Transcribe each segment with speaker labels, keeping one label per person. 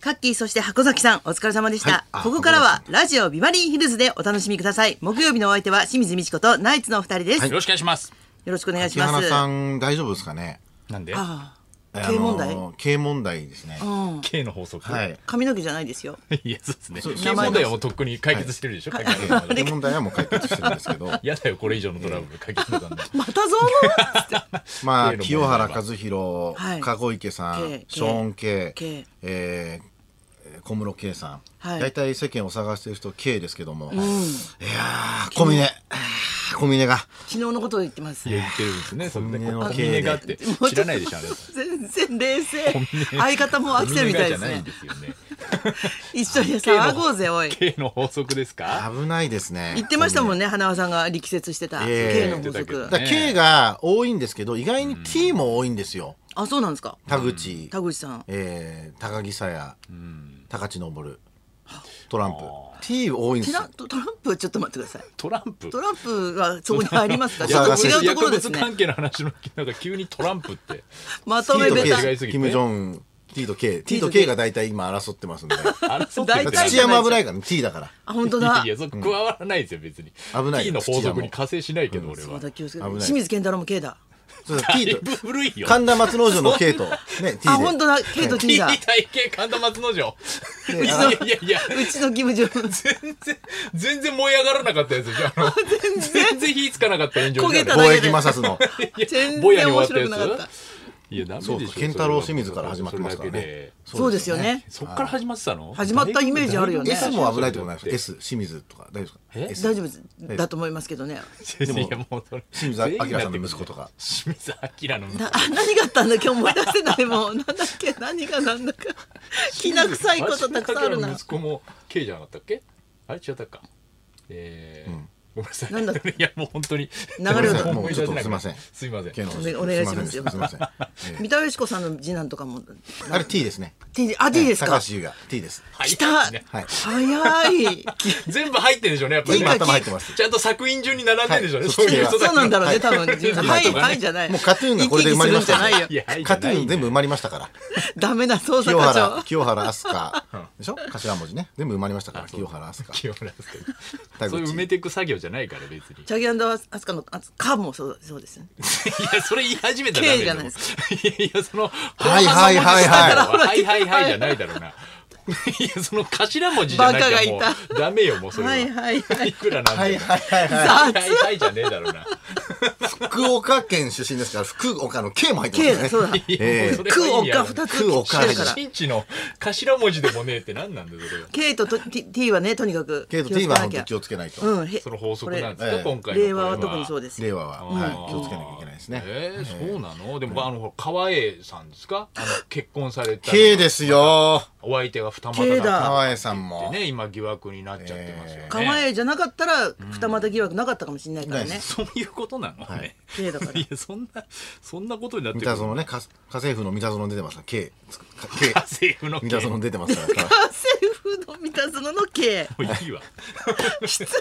Speaker 1: カッキーそして箱崎さんお疲れ様でし
Speaker 2: はい
Speaker 1: た、
Speaker 2: あ
Speaker 1: ここからはラジオビバリーヒルズでお楽しみください木曜日のお相手は清水美智子とナイツのお二人です、
Speaker 2: はい
Speaker 1: よ
Speaker 3: よろしくお願いします。
Speaker 1: ろしくお願いし
Speaker 2: 木
Speaker 1: ま
Speaker 2: 原
Speaker 1: す
Speaker 2: さ
Speaker 1: あ
Speaker 2: ん大丈夫ですかね
Speaker 3: なんで
Speaker 1: あ
Speaker 2: あの
Speaker 1: 経営問題
Speaker 2: 経営問題ですねは
Speaker 3: ?K の法則。
Speaker 2: い
Speaker 1: 髪の毛じゃないですよ
Speaker 3: いや、そうですね。
Speaker 2: そう
Speaker 3: K 問題はもうとっくに解決してるでしょ、解決
Speaker 2: 経営問題はもう解決してるんです けど
Speaker 3: やだよ、これ以上のトラブル解決なんだ。
Speaker 1: またぞーつって
Speaker 2: まあ
Speaker 3: 経営の問題は
Speaker 2: 清原和博
Speaker 1: はい
Speaker 2: 籠池さん
Speaker 1: 経
Speaker 2: ショーン
Speaker 1: 経経
Speaker 2: K えー小室圭さん
Speaker 1: はい
Speaker 2: 大体世間を探してる人 K ですけどもいやー小峰あー小峰が
Speaker 1: 昨日のことを言ってます
Speaker 3: いや、言ってるんですね。それ
Speaker 2: 小
Speaker 3: ね。
Speaker 2: 峰の
Speaker 3: 小
Speaker 2: 経営
Speaker 3: 峰
Speaker 2: で
Speaker 3: があって、知らないでしょ、あれ。
Speaker 1: 全然冷静相方も飽きてるみたいです
Speaker 3: 小峰がじゃないん
Speaker 1: ね
Speaker 3: ですよね。
Speaker 1: 一緒に
Speaker 3: K の
Speaker 1: 騒ごうぜおい
Speaker 3: K の法則ですか
Speaker 2: 危ないですね
Speaker 1: 言ってましたも
Speaker 2: ね
Speaker 1: んね花輪さんが力説してた、K
Speaker 2: ええ
Speaker 1: の法
Speaker 3: 言ってたけ
Speaker 1: 則
Speaker 3: どね
Speaker 2: だから K が多いんですけど意外に T も多いんですよ
Speaker 1: あそうなんですか
Speaker 2: 田口
Speaker 1: 田口さん
Speaker 2: えー高木さや、高知昇トランプ T 多いんで
Speaker 1: テ
Speaker 2: すよ
Speaker 1: ラトランプちょっと待ってください
Speaker 3: トランプ
Speaker 1: トランプがそこにありますか
Speaker 2: い
Speaker 1: ちょ
Speaker 2: や
Speaker 1: っと違うと
Speaker 3: 薬
Speaker 1: ころです
Speaker 3: 物
Speaker 1: ね
Speaker 3: 関係の話の時なんか急にトランプって
Speaker 1: まと
Speaker 2: T
Speaker 1: め
Speaker 2: と
Speaker 1: べ
Speaker 2: K
Speaker 1: た
Speaker 3: 違
Speaker 2: で
Speaker 3: いす
Speaker 2: す
Speaker 3: ぎ
Speaker 2: キ
Speaker 3: て
Speaker 2: ム・ジョン T と K T と
Speaker 1: T と K
Speaker 2: K が大体今争ってますんで
Speaker 3: 争っ
Speaker 1: 大体
Speaker 3: てるじゃん
Speaker 2: 土山危ないから T だから
Speaker 1: あ本当
Speaker 3: いや
Speaker 1: だ
Speaker 3: いやそこ加わらないですよ別に
Speaker 2: 危ない
Speaker 3: T
Speaker 2: よ
Speaker 3: の法
Speaker 2: 土屋
Speaker 3: 則
Speaker 2: も
Speaker 3: に加勢しないけど俺
Speaker 1: ま
Speaker 3: は
Speaker 1: た気をつけて
Speaker 2: 危ない
Speaker 1: 清水健太郎も K だ
Speaker 2: そうだ
Speaker 3: だ
Speaker 2: T
Speaker 3: い
Speaker 2: と
Speaker 3: ぶ古いよ
Speaker 2: 神田松之丞の K とね T で
Speaker 1: あ本当だ K と T だ
Speaker 3: いい体型神田松之丞。いやいやいや、
Speaker 1: うちのキム・ジョン
Speaker 3: 全然、全然燃え上がらなかったやつじゃん。あの全然火つかなかった炎上じゃん
Speaker 1: 焦げた
Speaker 2: 貿易摩擦 の
Speaker 3: いや
Speaker 1: 全然
Speaker 3: ぼやに終わ
Speaker 1: 面白くなかっ
Speaker 3: いや、ダメでし
Speaker 2: そう
Speaker 3: ょ。
Speaker 2: か
Speaker 3: れは
Speaker 2: 健太郎清水から始まってますから
Speaker 3: それだけ
Speaker 2: ね
Speaker 3: で
Speaker 1: そうですよね
Speaker 3: そっから始まってたの
Speaker 1: 始まったイメージあるよね
Speaker 2: S も危ないとこないですか
Speaker 3: か
Speaker 2: S 清水とか大丈夫ですか
Speaker 3: え
Speaker 2: S
Speaker 1: 大丈夫ですだと思いますけどね
Speaker 3: S いや、もうそれ。
Speaker 2: 清水明さんの息子とか
Speaker 3: 清水明の息
Speaker 1: な
Speaker 3: 子。
Speaker 1: あ何があったんだ今日思い出せないも んなんだっけ何がなんだかきな臭いことたくさんある
Speaker 3: 清水明の
Speaker 1: な
Speaker 3: 息子も K じゃなかったっけあれ違ったか。えーごめんなさい。
Speaker 1: なんだ
Speaker 3: いや、もう本当に。
Speaker 1: 流れを
Speaker 3: 思出せな
Speaker 2: もうちょっと
Speaker 3: く
Speaker 2: すいません
Speaker 3: すいません。
Speaker 2: K の法
Speaker 1: お
Speaker 2: 則
Speaker 1: 願いします
Speaker 2: すいませんすいませ んえ
Speaker 1: 三田佳子さんの次男とかも
Speaker 2: えあれ T ですね
Speaker 1: T あ T です
Speaker 2: 高
Speaker 1: か
Speaker 2: 橋優が T です
Speaker 3: はい
Speaker 1: 来た
Speaker 3: ね
Speaker 2: はい
Speaker 1: 早い
Speaker 3: 全部入ってるでしょうね、やっぱりね。
Speaker 2: 今頭入ってます
Speaker 3: ちゃんと作品順に並んでるでしょうね、
Speaker 2: はい
Speaker 3: そういう人たち
Speaker 1: そうなんだろうね
Speaker 2: は
Speaker 1: 多分は
Speaker 3: はいい
Speaker 1: はいじゃない
Speaker 2: もうカトゥーンがこれで埋まりました
Speaker 1: 生き生きするんじゃないよ
Speaker 3: いや、
Speaker 2: カトゥーン全部埋
Speaker 3: 部。
Speaker 2: まりましたから
Speaker 1: ダメな捜査
Speaker 2: 清
Speaker 1: 課
Speaker 2: 原
Speaker 1: 長
Speaker 2: 清原飛鳥でしょ頭文字ね全部埋まりましたから清原飛 鳥
Speaker 3: 清原ですけ
Speaker 2: 田口
Speaker 3: ど。そういう埋めていく作業じゃないから、別に。い
Speaker 1: チャギアンドアスカのあカーブもそうそうですね
Speaker 3: や、それ言い始めたらダメ
Speaker 1: K じゃな
Speaker 3: だ
Speaker 1: い
Speaker 3: よ。
Speaker 1: です
Speaker 3: いやいや、その、
Speaker 2: はいはいはい
Speaker 3: は
Speaker 2: はい
Speaker 3: はいはいじゃないだろうな。いや、その頭文字じゃないからも
Speaker 1: バカがいう
Speaker 3: ダメよ、もうそれは。
Speaker 1: はいはいはい
Speaker 3: いくらなんでも。
Speaker 2: はいはいはいはい
Speaker 3: はいはいはいじゃねえだろうな。
Speaker 2: 福岡県出身ですから福岡の K も入って
Speaker 1: K
Speaker 2: ますね
Speaker 1: そうだ
Speaker 2: ええ
Speaker 3: それは
Speaker 1: 空
Speaker 3: 意
Speaker 1: お
Speaker 3: 味あ
Speaker 1: か
Speaker 3: る
Speaker 1: 二つ
Speaker 2: 空お
Speaker 1: 来
Speaker 2: か
Speaker 1: て
Speaker 2: あ
Speaker 1: る
Speaker 2: る
Speaker 1: か
Speaker 2: から
Speaker 3: 新地の頭文字でもねえって何なんだよ、それは。
Speaker 1: K と T T はねとにかく
Speaker 2: K と T は本当に気をつけないと
Speaker 1: うんへ
Speaker 3: その法則なんです
Speaker 2: こ
Speaker 3: か、
Speaker 2: れ
Speaker 3: 今回のこれ。
Speaker 1: 令和は特にそうです
Speaker 2: 令和は
Speaker 3: あ
Speaker 2: は
Speaker 3: ー
Speaker 2: い気をつけなきゃいけないですね
Speaker 3: えー、そうなのでも、あの、川栄さんですかあの、結婚された。
Speaker 2: K ですよ
Speaker 3: お相手が二股
Speaker 1: K だ
Speaker 3: だっ
Speaker 2: 川栄さん
Speaker 3: たっ
Speaker 2: も
Speaker 3: てね、今疑惑になっちゃってますよね。
Speaker 1: 構えじゃなかったら二股疑惑なかったかもしれないから
Speaker 2: な
Speaker 1: ね
Speaker 2: いで
Speaker 3: そういうことなのね。
Speaker 1: K だから
Speaker 3: いや、そんな、そんなことになって
Speaker 2: 三
Speaker 3: く
Speaker 2: 田
Speaker 3: る。
Speaker 2: 園ねか家政婦の三田園出てますから K つくか K
Speaker 3: 政府の
Speaker 2: 三
Speaker 3: 件
Speaker 2: 田園
Speaker 3: も
Speaker 2: 出てますから
Speaker 1: 家政婦の三田園の K
Speaker 3: うい いわ。しつこ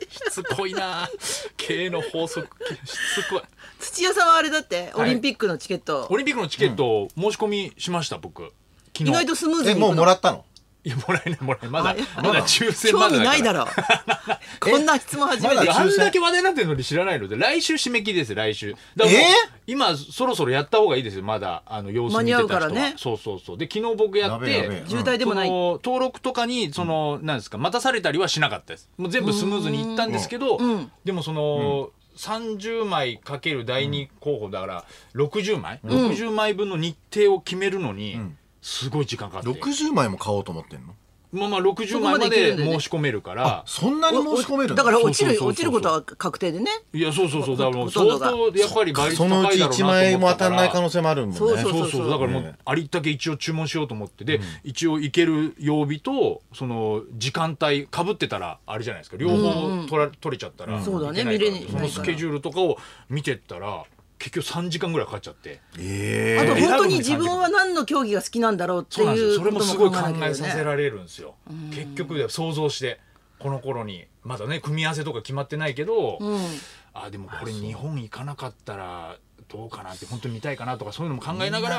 Speaker 3: い。しつこいな。K の法則、しつこい。
Speaker 1: 土屋さんはあれだってオリンピックのチケット、
Speaker 3: オリンピックのチケットを申し込みしました、僕。昨
Speaker 1: 意
Speaker 3: 日。
Speaker 1: 外とスムーズに
Speaker 2: え
Speaker 1: いく
Speaker 2: もうもらったの
Speaker 3: いや、もらえない、もらえない。まだ
Speaker 1: あいや、
Speaker 3: まだ抽選ま
Speaker 1: 興
Speaker 3: で
Speaker 1: 味
Speaker 3: だから。
Speaker 1: ないだ ろうこんな質問初めて、
Speaker 2: ま
Speaker 3: い
Speaker 2: だ
Speaker 3: やあ
Speaker 2: 抽
Speaker 3: ん
Speaker 2: 選
Speaker 3: だけ話題になってるのに知らないので来週締め切りですよ来週だからもう
Speaker 2: えー
Speaker 3: 今そろそろやった方がいいですよまだあの様子見てた人
Speaker 1: 間に合うから
Speaker 3: は、
Speaker 1: ね
Speaker 3: そうそうそうで昨日僕やっ
Speaker 2: やべえやべえ
Speaker 3: て
Speaker 2: うん
Speaker 1: 渋滞でもない
Speaker 3: その登録とかにその、なんですか待たされたりはしなかったですもう全部スムーズにいったんですけど、
Speaker 1: んうん
Speaker 3: でもその、30枚かける第2候補だから60枚、60枚分の日程を決めるのに、すごい時間かかって
Speaker 2: 60枚も買おうと思ってんの
Speaker 3: まあまあ60枚まで申し込めるから
Speaker 2: そんなに申し込めるの
Speaker 1: だから落ちる
Speaker 3: そうそうそうそう
Speaker 1: 落ちることは確定でね
Speaker 3: いやそうそうそうだからも
Speaker 1: ほ
Speaker 3: う
Speaker 1: とん
Speaker 3: 相
Speaker 1: どが
Speaker 3: 当やっぱり倍率
Speaker 2: そのう
Speaker 3: 高い
Speaker 2: ち
Speaker 3: だろうなと思ったから
Speaker 2: 1枚も当たらない可能性もあるもんね
Speaker 1: そうそう
Speaker 3: そうそうだからもう
Speaker 2: ね
Speaker 3: ありったけ一応注文しようと思ってで、一応行ける曜日とその時間帯かぶってたらあれじゃないですか両方取ら、取れちゃったら、
Speaker 1: そうだね
Speaker 3: いけないか
Speaker 1: 見れ
Speaker 3: ら
Speaker 1: ない
Speaker 3: そのスケジュールとかを見てったら結局3時間ぐらいかかっちゃって
Speaker 2: ええ
Speaker 1: あと
Speaker 3: え
Speaker 1: 本当に自分は何の競技が好きなんだろうって
Speaker 3: そうなんです
Speaker 1: い
Speaker 3: よ
Speaker 1: う
Speaker 3: そ
Speaker 1: こ
Speaker 3: れ
Speaker 1: と
Speaker 3: も
Speaker 1: も
Speaker 3: すごい
Speaker 1: 考
Speaker 3: 考
Speaker 1: えな
Speaker 3: え
Speaker 1: きゃ
Speaker 3: させ
Speaker 1: ね
Speaker 3: られるんですよ結局想像してこの頃にまだね組み合わせとか決まってないけど、あでもこれ日本行かなかったらどうかなって本当に見たいかなとかそういうのも考えながら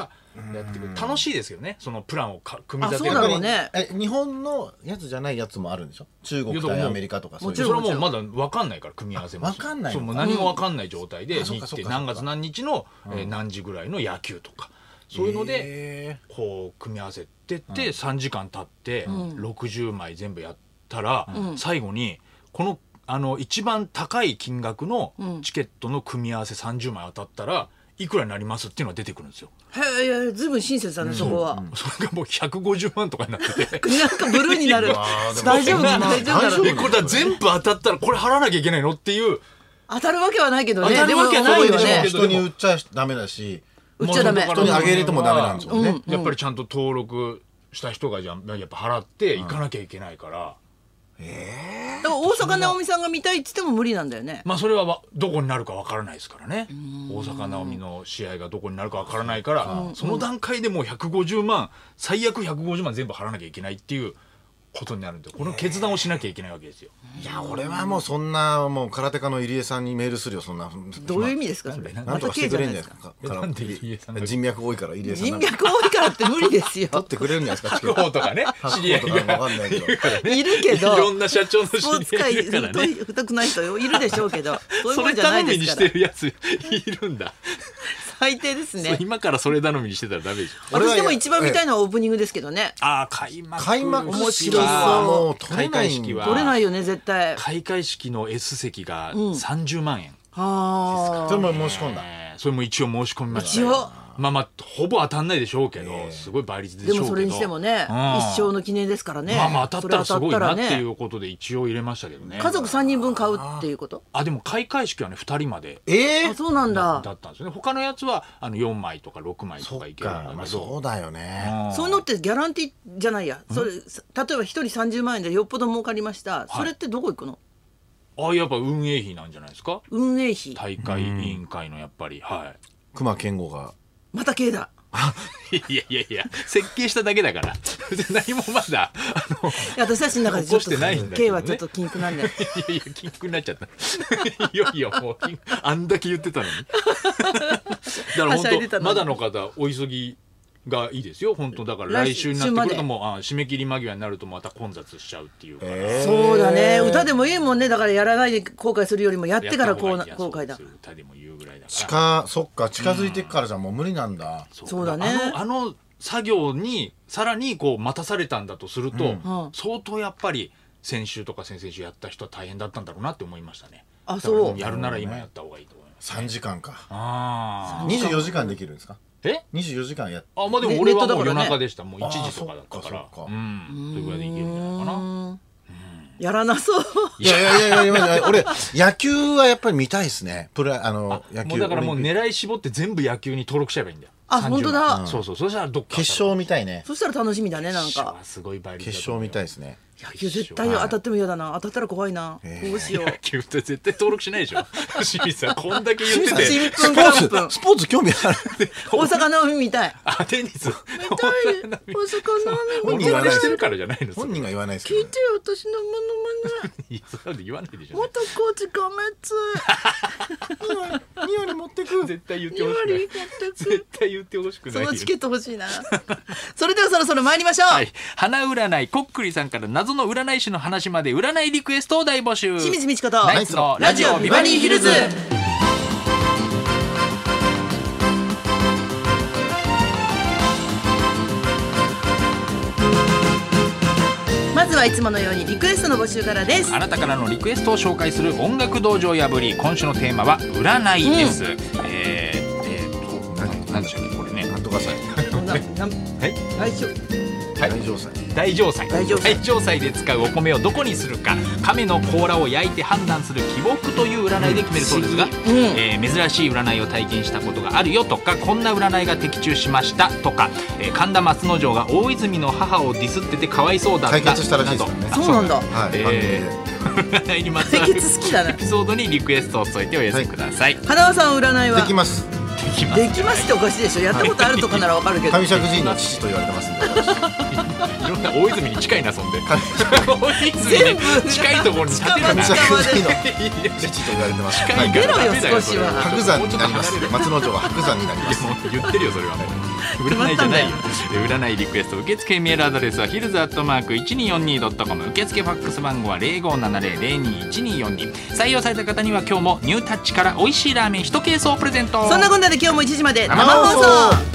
Speaker 3: やってくる楽しいですよねそのプランをか組み立て
Speaker 1: あ
Speaker 3: る
Speaker 1: そうだろう
Speaker 3: い
Speaker 1: ね
Speaker 2: え日本のやつじゃないやつもあるんでしょ中国
Speaker 3: いや
Speaker 2: 対
Speaker 3: でも
Speaker 2: アメリカとかそう
Speaker 3: や
Speaker 2: い
Speaker 3: そうれはもうまだ分かんないから組み合わせも
Speaker 2: あ分かんないのか
Speaker 3: そうもう何も分かんない状態で
Speaker 2: あそ
Speaker 3: 日
Speaker 2: っかそっ
Speaker 3: 程
Speaker 2: か
Speaker 3: 何月何日のえー何時ぐらいの野球とかそういうので
Speaker 2: で
Speaker 3: こう組み合わせてって3時間経って60枚全部やったら
Speaker 1: うん
Speaker 3: 最後にこのあの一番高い金額の
Speaker 1: うん
Speaker 3: チケットの組み合わせ30枚当たったらいくらになりますっていうのが出てくるんですよ。
Speaker 1: へえいやずいぶん親切だねそこは、
Speaker 3: それがもう150万とかになってて。
Speaker 1: なんかブルーになる
Speaker 2: わあで も
Speaker 1: 大丈夫 かな
Speaker 2: 大
Speaker 1: 大丈夫だ
Speaker 2: 丈夫だろ
Speaker 1: ろ
Speaker 2: う
Speaker 1: う
Speaker 3: えこれだ全部当たったらこれ払わなきゃいけないのっていう
Speaker 1: 当たるわけはないけどね
Speaker 3: 当たるわけは
Speaker 1: でも
Speaker 3: ない
Speaker 2: で
Speaker 3: よ
Speaker 2: も
Speaker 3: ね
Speaker 2: 人に売っちゃダメだし
Speaker 1: 売っちゃダメ
Speaker 3: もう
Speaker 2: 人にあげ入れてもダメなんですもんね、
Speaker 1: うん
Speaker 3: やっぱりちゃんと登録した人がじゃあやっぱ払って行かなきゃいけないから、
Speaker 1: でも大阪なおみさんが見たいっつっても無理なんだよね
Speaker 3: まあそれはわどこになるかわからないですからね大坂なおみの試合がどこになるかわからないからその段階でもう150万最悪150万全部払わなきゃいけないっていうことになるんでこの決断をしなきゃいけないわけです よ。
Speaker 2: いや俺はもうそんなもう空手家の入江さんにメールするよそんな
Speaker 1: どういう意味ですかそれ
Speaker 2: なんとかしてくれんじゃないですか
Speaker 3: えなんで入江さんが
Speaker 2: 人脈多いから入江さん
Speaker 1: 人
Speaker 2: なんか
Speaker 1: 脈多いからって無理です よ
Speaker 2: 取ってくれるんじゃないですかチケッ
Speaker 3: 不
Speaker 2: ト
Speaker 3: 法とか ね知り合い
Speaker 2: とかわ
Speaker 3: が
Speaker 2: かんないけど
Speaker 1: いるけ
Speaker 3: い
Speaker 1: ど
Speaker 3: ろんな社長の知
Speaker 1: スポーツ
Speaker 3: り合い
Speaker 1: 界
Speaker 3: いるからね。
Speaker 1: 太くない人いるでしょうけどそういう
Speaker 3: そ
Speaker 1: もん
Speaker 3: れ
Speaker 1: じゃな
Speaker 3: 頼
Speaker 1: い
Speaker 3: み
Speaker 1: で
Speaker 3: に
Speaker 1: す
Speaker 3: し
Speaker 1: か
Speaker 3: て
Speaker 1: ら
Speaker 3: るやつ いるんだ。
Speaker 1: 最低ですね
Speaker 3: 今からそれ頼みにしてたらダメでしょ。
Speaker 2: 俺は
Speaker 1: 私でも一番見たいのはオープニングですけどね
Speaker 3: ああ開幕
Speaker 2: 開幕
Speaker 3: 式は
Speaker 2: 面白そうもう取れ
Speaker 3: 開
Speaker 2: ない
Speaker 3: 会式は
Speaker 1: 取れないよね絶対
Speaker 3: 開会式の S 席が
Speaker 1: うん
Speaker 3: 30万円、
Speaker 1: は
Speaker 2: そ
Speaker 1: あ
Speaker 2: れも申し込んだ
Speaker 3: えーそれも一応申し込みました
Speaker 1: 一
Speaker 3: よ
Speaker 1: 応
Speaker 3: まあまあほぼ当たんないでしょうけど、
Speaker 2: ええ
Speaker 3: すごい倍率で
Speaker 1: で
Speaker 3: しょうけど
Speaker 1: もそれにしてもね
Speaker 3: うん
Speaker 1: 一生の記念ですからね
Speaker 3: まあまあ当たったらすごいなっ
Speaker 1: それ当たっ
Speaker 3: て
Speaker 1: たら
Speaker 3: い
Speaker 1: ね
Speaker 3: うことで一応入れましたけどね
Speaker 1: 家族3人分買うっていうこと
Speaker 3: あでも開会式はね2人まで
Speaker 2: え
Speaker 1: あ
Speaker 2: ー
Speaker 1: そうなん
Speaker 3: だ
Speaker 1: だ
Speaker 3: ったんですよね他のやつはあの4枚とか6枚
Speaker 2: そ
Speaker 3: とか
Speaker 2: っ
Speaker 3: いけるんだ
Speaker 2: かま
Speaker 3: けど
Speaker 2: あそうだよね
Speaker 3: うん
Speaker 1: そういうのってギャランティーじゃないやそれ例えば1人30万円でよっぽど儲かりましたそれってどこ行くの
Speaker 3: あやっぱ運営費なんじゃないですか
Speaker 1: 運営費
Speaker 3: 大会委員会のやっぱり、はい
Speaker 2: 熊健吾が
Speaker 1: また K だ
Speaker 3: いやいやいや、設計しただけだから。 別に何もまだ、あの、
Speaker 1: いや私たちの中でちょっと
Speaker 3: 起こしてないんだけどね
Speaker 1: K はちょっと禁句なんだよ
Speaker 3: いやいや、キンクになっちゃった。 いやいや、もう禁句、あんだけ言って たのに。だから
Speaker 1: はしゃいで
Speaker 3: 本
Speaker 1: たの
Speaker 3: 当、
Speaker 1: に
Speaker 3: まだの方、お急ぎ。がいいですよ本当だから来
Speaker 1: 来
Speaker 3: 週
Speaker 1: 週
Speaker 3: になってくるともうあ締め切り間際になるとまた混雑しちゃうっていうから、
Speaker 2: えー
Speaker 1: そうだね歌でもいいもんねだからやらないで後悔するよりもやっ
Speaker 3: や
Speaker 1: てからこう
Speaker 3: った
Speaker 1: な
Speaker 3: 方がいい
Speaker 1: 後悔だ
Speaker 3: やそうですよ歌でも言うぐらいだから
Speaker 2: 近そっか近づいてくからじゃもう無理なんだ
Speaker 3: そ
Speaker 1: そうだね
Speaker 3: あのあの作業にさらにこう待たされたんだとすると、
Speaker 1: うん
Speaker 3: 相当やっぱり先週とか先々週やった人は大変だったんだろうなって思いましたね
Speaker 1: あそう
Speaker 3: やるなら今やった方がいいと思います。
Speaker 2: 3時間か
Speaker 3: ああ。
Speaker 2: 24時間できるんですか
Speaker 3: え？
Speaker 2: 24時間やっ
Speaker 3: あまあで
Speaker 1: ね
Speaker 3: も俺は
Speaker 1: ネットだ
Speaker 3: もう
Speaker 1: から
Speaker 3: 夜
Speaker 1: ね
Speaker 3: 中でした。もう1時とかだった
Speaker 2: あ
Speaker 3: か
Speaker 2: ーそ
Speaker 3: ら。
Speaker 2: っかそっ
Speaker 3: う
Speaker 2: か
Speaker 3: ん。それぐらいでいけるんじゃないかな。
Speaker 1: やらなそう
Speaker 2: いやいやいやいやいや俺野球はやっぱり見たいですねプロあの野球
Speaker 3: もうだからも
Speaker 2: オ
Speaker 3: う
Speaker 2: リンピッ
Speaker 3: 狙い絞って全部野球に登録しちゃえばいいんだよ。
Speaker 1: あ
Speaker 3: 30
Speaker 1: 本当だ
Speaker 3: うんそうそう。そしたらどっか
Speaker 2: ク決勝見たいね
Speaker 1: そしたら楽しみだねなん
Speaker 3: 決勝
Speaker 1: か
Speaker 3: はすごい倍率だ
Speaker 2: 決
Speaker 3: と
Speaker 2: 勝
Speaker 3: 思うよ
Speaker 2: 見たいですね
Speaker 1: 野球絶対当たっても嫌だな当たったら怖いなどうしよう
Speaker 3: 野球って絶対登録しないでしょ。清水さんこんだけ言って
Speaker 1: 清水
Speaker 3: て。
Speaker 1: さん10分か
Speaker 2: スポ
Speaker 1: ら10
Speaker 2: ー
Speaker 1: 分
Speaker 2: ツスポーツ興味ある
Speaker 1: 大阪の海見たい
Speaker 3: あテニス。
Speaker 1: 見たい大阪の海
Speaker 3: 本
Speaker 1: 見
Speaker 3: 人
Speaker 1: た
Speaker 3: が
Speaker 1: い
Speaker 2: 本人
Speaker 3: してるからじゃないの。それ
Speaker 2: 本人が言わないですけ
Speaker 1: 聞
Speaker 2: ど
Speaker 1: い
Speaker 2: ね
Speaker 1: てよ私のものまね
Speaker 3: いやそんなこと言わないでしょ。
Speaker 1: 元コーチがめつ
Speaker 2: 2割持ってく
Speaker 3: 絶対言って
Speaker 1: 2
Speaker 3: ほしくない
Speaker 1: 割。買ってく
Speaker 3: 絶対言ってほしくない。
Speaker 1: そのチケット欲しいなそれではそろそろ参りましょう、
Speaker 3: はい、花占いこっくりさんから謎の占い師の話まで占いリクエストを大募集
Speaker 1: 清水美智子と
Speaker 3: ナイツのラジオビバリーヒルズ
Speaker 1: まずはいつものようにリクエストの募集からです
Speaker 3: あなたからのリクエストを紹介する音楽道場破り今週のテーマは占いです、えーえーと
Speaker 2: 何
Speaker 3: ななんでしょうねこれね
Speaker 2: なんとかさ
Speaker 1: なな
Speaker 3: はい
Speaker 1: 来週
Speaker 3: はい
Speaker 2: 大城さん
Speaker 3: 大城祭
Speaker 1: 大城祭
Speaker 3: 祭で使うお米をどこにするか亀の甲羅を焼いて判断する木木という占いで決めるそうですが、
Speaker 1: うん
Speaker 3: えー珍しい占いを体験したことがあるよとかこんな占いが的中しましたとか、えー神田松之丞が大泉の母をディスっててかわいそうだった
Speaker 2: 解決したらしいです
Speaker 3: な
Speaker 2: からね
Speaker 3: どあ
Speaker 1: そうなんだ
Speaker 2: はい
Speaker 3: えー
Speaker 2: 番組で
Speaker 3: 占いにま つ
Speaker 1: 清
Speaker 3: わるエ
Speaker 1: 潔好きだな
Speaker 3: ピソードにリクエストを添えてお寄せください、
Speaker 1: 花輪さん占いは
Speaker 2: できます
Speaker 3: できます
Speaker 1: できますっておかしいでしょやったことあるとかならわかるけど
Speaker 2: 神釈神の父と言われてますんで私
Speaker 3: いろんなな大泉に近いなそんで 大泉
Speaker 1: 全
Speaker 3: に
Speaker 1: 部
Speaker 3: 近いところに立て
Speaker 1: 近
Speaker 3: る
Speaker 1: 場
Speaker 3: な
Speaker 1: 近場で
Speaker 2: 父と言われてます。
Speaker 3: 近い
Speaker 2: は
Speaker 3: か
Speaker 2: い
Speaker 3: ら
Speaker 1: 出ろよ
Speaker 3: ダメだよ
Speaker 1: 少しは
Speaker 2: 白山になりま
Speaker 3: もうちょっと離れ
Speaker 2: す。
Speaker 3: て
Speaker 2: 松之丞は白山になりま
Speaker 3: いや
Speaker 2: す。
Speaker 3: もう言ってるよそれはもう占いじゃないよえ占いリクエスト受付メールアドレスはヒルズアットマーク 1242.com 受付ファックス番号は0570021242採用された方には今日もニュータッチから美味しいラーメン1ケースをプレゼント
Speaker 1: そんなこんなで今日も1時まで生
Speaker 2: 生放
Speaker 1: 放送
Speaker 2: 送